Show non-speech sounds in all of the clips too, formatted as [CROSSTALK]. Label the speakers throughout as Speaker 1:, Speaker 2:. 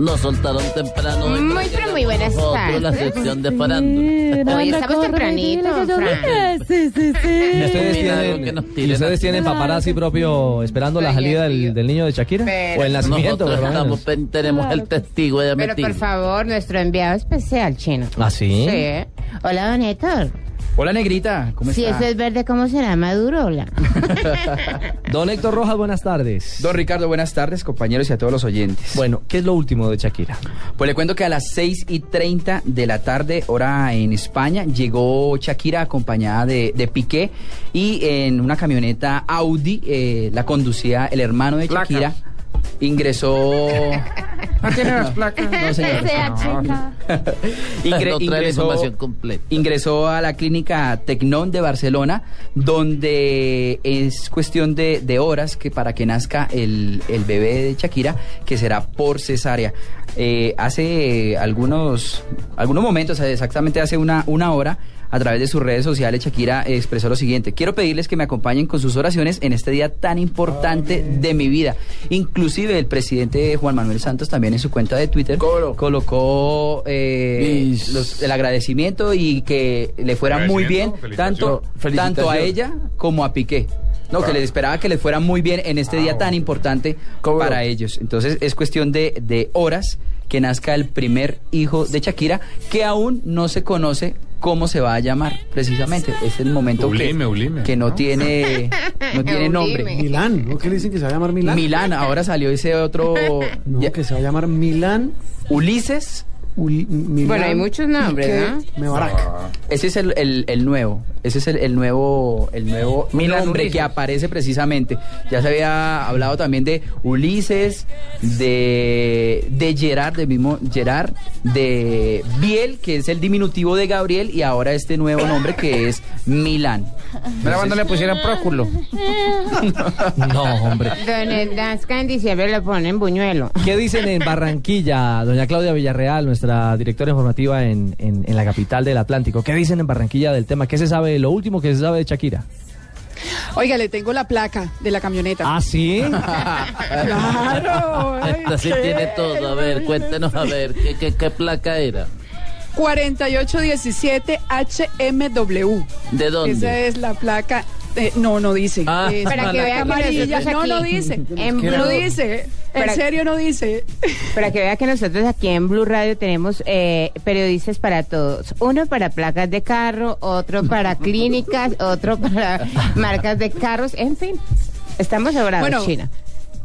Speaker 1: Nos soltaron temprano. hoy
Speaker 2: Muy,
Speaker 1: trayendo
Speaker 2: pero muy buenas
Speaker 1: con nosotros
Speaker 2: tardes.
Speaker 1: La sección de farándula.
Speaker 2: Hoy estamos tempranito, Fran.
Speaker 3: Sí, sí,
Speaker 4: ¿Y
Speaker 3: sí.
Speaker 4: ustedes
Speaker 1: Mira, algo que nos
Speaker 4: tienen,
Speaker 1: tiren
Speaker 4: ¿y ustedes
Speaker 1: aquí.
Speaker 4: tienen paparazzi propio esperando la
Speaker 2: Ay,
Speaker 4: salida
Speaker 2: Dios mío.
Speaker 4: del, del niño de Shakira?
Speaker 2: Pero-
Speaker 4: ¿O el nacimiento?
Speaker 1: Nosotros
Speaker 4: por lo menos?
Speaker 1: estamos, pen- tenemos el testigo de
Speaker 2: Pero por favor, nuestro enviado especial chino.
Speaker 4: ¿Ah, sí?
Speaker 2: Sí. Hola, don Héctor.
Speaker 5: Hola negrita, ¿cómo
Speaker 2: Si
Speaker 5: está?
Speaker 2: eso es verde, ¿cómo será maduro?
Speaker 5: [LAUGHS]
Speaker 2: Hola.
Speaker 4: Don Héctor Rojas, buenas tardes.
Speaker 5: Don Ricardo, buenas tardes compañeros y a todos los oyentes.
Speaker 4: Bueno, ¿qué es lo último de Shakira?
Speaker 5: Pues le cuento que a las 6 y 30 de la tarde, hora en España, llegó Shakira acompañada de, de Piqué y en una camioneta Audi, eh, la conducía el hermano de
Speaker 6: Placas.
Speaker 5: Shakira.
Speaker 1: [LAUGHS]
Speaker 5: Ingresó.
Speaker 6: No tiene las
Speaker 2: Ah,
Speaker 6: placas.
Speaker 2: [LAUGHS]
Speaker 5: No, señor. Ingre-
Speaker 1: no trae la información completa.
Speaker 5: ingresó a la clínica Tecnón de Barcelona, donde es cuestión de, de horas que para que nazca el, el bebé de Shakira, que será por cesárea. Eh, hace algunos, algunos momentos, exactamente hace una, una hora, a través de sus redes sociales, Shakira expresó lo siguiente. Quiero pedirles que me acompañen con sus oraciones en este día tan importante de mi vida. Inclusive el presidente Juan Manuel Santos también en su cuenta de Twitter
Speaker 1: Colo.
Speaker 5: colocó eh,
Speaker 1: Mis-
Speaker 5: los- el agradecimiento y que le fuera muy bien,
Speaker 6: Agradecimiento,
Speaker 5: tanto,
Speaker 1: felicitación.
Speaker 5: tanto a ella como a Piqué. No, que le esperaba que le fuera muy bien en este día tan importante
Speaker 1: Colo.
Speaker 5: para ellos. Entonces es cuestión de, de horas que nazca el primer hijo de Shakira, que aún no se conoce cómo se va a llamar precisamente. Es el momento que,
Speaker 6: Ulime, Ulime,
Speaker 5: que no
Speaker 6: ¿no?
Speaker 5: tiene, no tiene nombre.
Speaker 2: Ulime.
Speaker 3: Milán, ¿no? ¿Qué le dicen que se va a llamar Milán?
Speaker 5: Milán, ahora salió ese otro...
Speaker 3: No,
Speaker 5: ya-
Speaker 3: que se va a llamar Milán.
Speaker 5: Ulises.
Speaker 3: Ul- Milán
Speaker 2: Bueno, hay muchos nombres,
Speaker 3: Piqué, Mebarak.
Speaker 7: Ah.
Speaker 5: Ese es el, el- el nuevo. Ese es el, el nuevo, el nuevo
Speaker 1: Milan
Speaker 5: nombre
Speaker 1: Ulises.
Speaker 5: que aparece precisamente. Ya se había hablado también de Ulises, de, de Gerard, del mismo Gerard, de Biel, que es el diminutivo de Gabriel, y ahora este nuevo nombre que es Milán.
Speaker 6: Mira cuando le pusieron próculo.
Speaker 4: No, hombre.
Speaker 2: Don Edasca en diciembre lo ponen buñuelo.
Speaker 4: ¿Qué dicen en Barranquilla, doña Claudia Villarreal, nuestra directora informativa en, en- en la capital del Atlántico? ¿Qué dicen en Barranquilla del tema? ¿Qué se sabe, lo último que se sabe de Shakira?
Speaker 8: Oiga, le tengo la placa de la camioneta.
Speaker 4: ¿Ah, sí?
Speaker 1: [LAUGHS]
Speaker 8: Claro. ay,
Speaker 1: Esta sí
Speaker 8: qué-
Speaker 1: tiene todo. A ver, cuéntenos a ver, ¿qué, qué, qué placa era?
Speaker 8: 4817 HMW.
Speaker 1: ¿De
Speaker 8: Esa
Speaker 1: dónde?
Speaker 8: es la placa. eh, no, no dice.
Speaker 1: Ah,
Speaker 8: Es
Speaker 1: para
Speaker 8: la
Speaker 1: que
Speaker 8: placa
Speaker 1: vea
Speaker 2: que
Speaker 8: amarilla.
Speaker 2: nosotros
Speaker 8: No, no
Speaker 2: aquí-
Speaker 8: dice.
Speaker 2: en
Speaker 8: No
Speaker 2: Blue-
Speaker 8: dice. En
Speaker 2: Para-
Speaker 8: serio no dice.
Speaker 2: Para que vea que nosotros aquí en Blue Radio tenemos eh, periodistas para todos. Uno para placas de carro, otro
Speaker 5: [LAUGHS]
Speaker 2: para clínicas, otro para marcas de carros, en fin. Estamos sobrados,
Speaker 8: Bueno,
Speaker 2: China.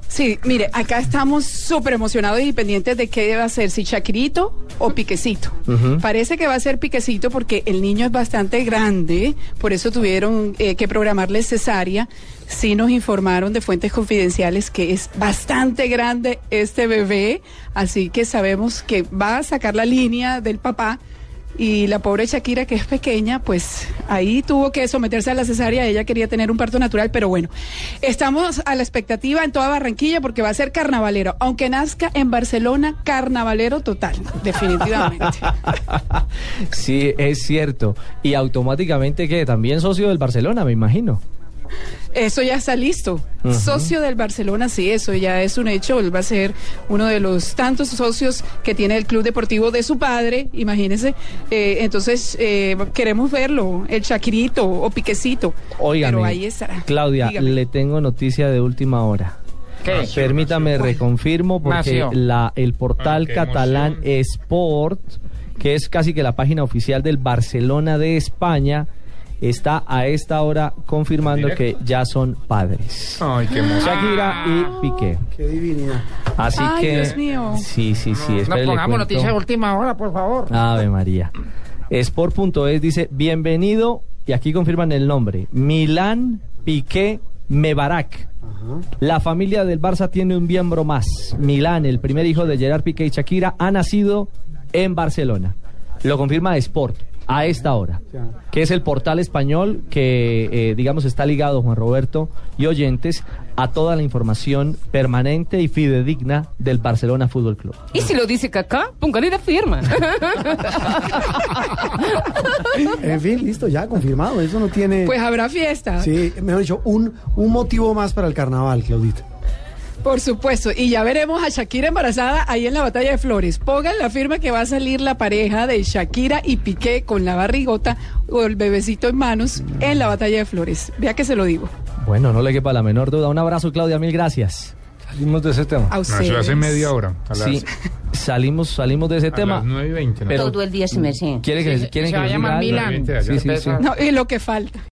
Speaker 8: Sí, mire, acá estamos súper emocionados y pendientes de qué va a ser, si Chacrito o Piquecito.
Speaker 4: Ujú.
Speaker 8: Parece que va a ser Piquecito porque el niño es bastante grande, por eso tuvieron eh, que programarle cesárea. Sí nos informaron de fuentes confidenciales que es bastante grande este bebé, así que sabemos que va a sacar la línea del papá. Y la pobre Shakira, que es pequeña, pues ahí tuvo que someterse a la cesárea. Ella quería tener un parto natural, pero bueno, estamos a la expectativa en toda Barranquilla porque va a ser carnavalero. Aunque nazca en Barcelona, carnavalero total, definitivamente.
Speaker 4: sí, es cierto. Y automáticamente que también socio del Barcelona, me imagino.
Speaker 8: Eso ya está listo.
Speaker 4: Ujú.
Speaker 8: Socio del Barcelona, sí, eso ya es un hecho. Él va a ser uno de los tantos socios que tiene el club deportivo de su padre, imagínense. Eh, entonces, eh, queremos verlo, el Chaquirito o Piquecito.
Speaker 4: Óigame,
Speaker 8: Pero ahí estará.
Speaker 4: Claudia,
Speaker 8: Dígame.
Speaker 4: le tengo noticia de última hora. Ah,
Speaker 6: ¿Qué?
Speaker 4: Permítame reconfirmo porque
Speaker 6: Nació.
Speaker 4: la, el portal
Speaker 6: Ah, qué
Speaker 4: catalán
Speaker 6: emoción.
Speaker 4: Sport, que es casi que la página oficial del Barcelona de España, está a esta hora confirmando que
Speaker 6: Directo.
Speaker 4: ya son padres.
Speaker 6: Ay, qué emoción.
Speaker 4: Shakira y Piqué.
Speaker 3: Qué divinidad.
Speaker 4: Así
Speaker 8: Ay,
Speaker 4: que
Speaker 8: Dios mío.
Speaker 4: sí, sí, sí,
Speaker 6: No
Speaker 4: espere, le
Speaker 6: pongamos
Speaker 4: cuento.
Speaker 6: noticias de última hora, por favor.
Speaker 4: Ave María. Sport.es dice, bienvenido, y aquí confirman el nombre, Milán Piqué Mebarak. La familia del Barça tiene un miembro más. Milán, el primer hijo de Gerard Piqué y Shakira, ha nacido en Barcelona. Lo confirma Sport a esta hora,
Speaker 3: Ya.
Speaker 4: que es el portal español que, eh, digamos, está ligado, Juan Roberto y oyentes, a toda la información permanente y fidedigna del Barcelona Fútbol Club.
Speaker 9: Y si lo dice Kaká, póngale la firma.
Speaker 3: En fin, listo, ya confirmado. Eso no tiene.
Speaker 8: Pues habrá fiesta.
Speaker 3: Sí, mejor dicho, un, un motivo más para el carnaval, Claudita.
Speaker 8: Por supuesto, y ya veremos a Shakira embarazada ahí en la batalla de flores. Pongan la firma que va a salir la pareja de Shakira y Piqué con la barrigota o el bebecito en manos en la batalla de flores. Vea que se lo digo.
Speaker 4: Bueno, no le quepa la menor duda. Un abrazo, Claudia, mil gracias.
Speaker 10: Salimos de ese tema.
Speaker 8: A
Speaker 7: No, eso hace
Speaker 8: ustedes.
Speaker 7: media hora. A las,
Speaker 6: este
Speaker 4: Sí, salimos, salimos de ese
Speaker 7: a
Speaker 4: tema.
Speaker 7: las 9 y 20. ¿no?
Speaker 4: Pero-
Speaker 2: Todo el día se me sigue.
Speaker 4: ¿Quiere que, les- quieren
Speaker 6: Se
Speaker 4: que
Speaker 6: va a
Speaker 4: les
Speaker 6: llamar
Speaker 4: diga algo?
Speaker 6: Milan.
Speaker 7: Sí, sí, sí.
Speaker 8: No, y lo que falta.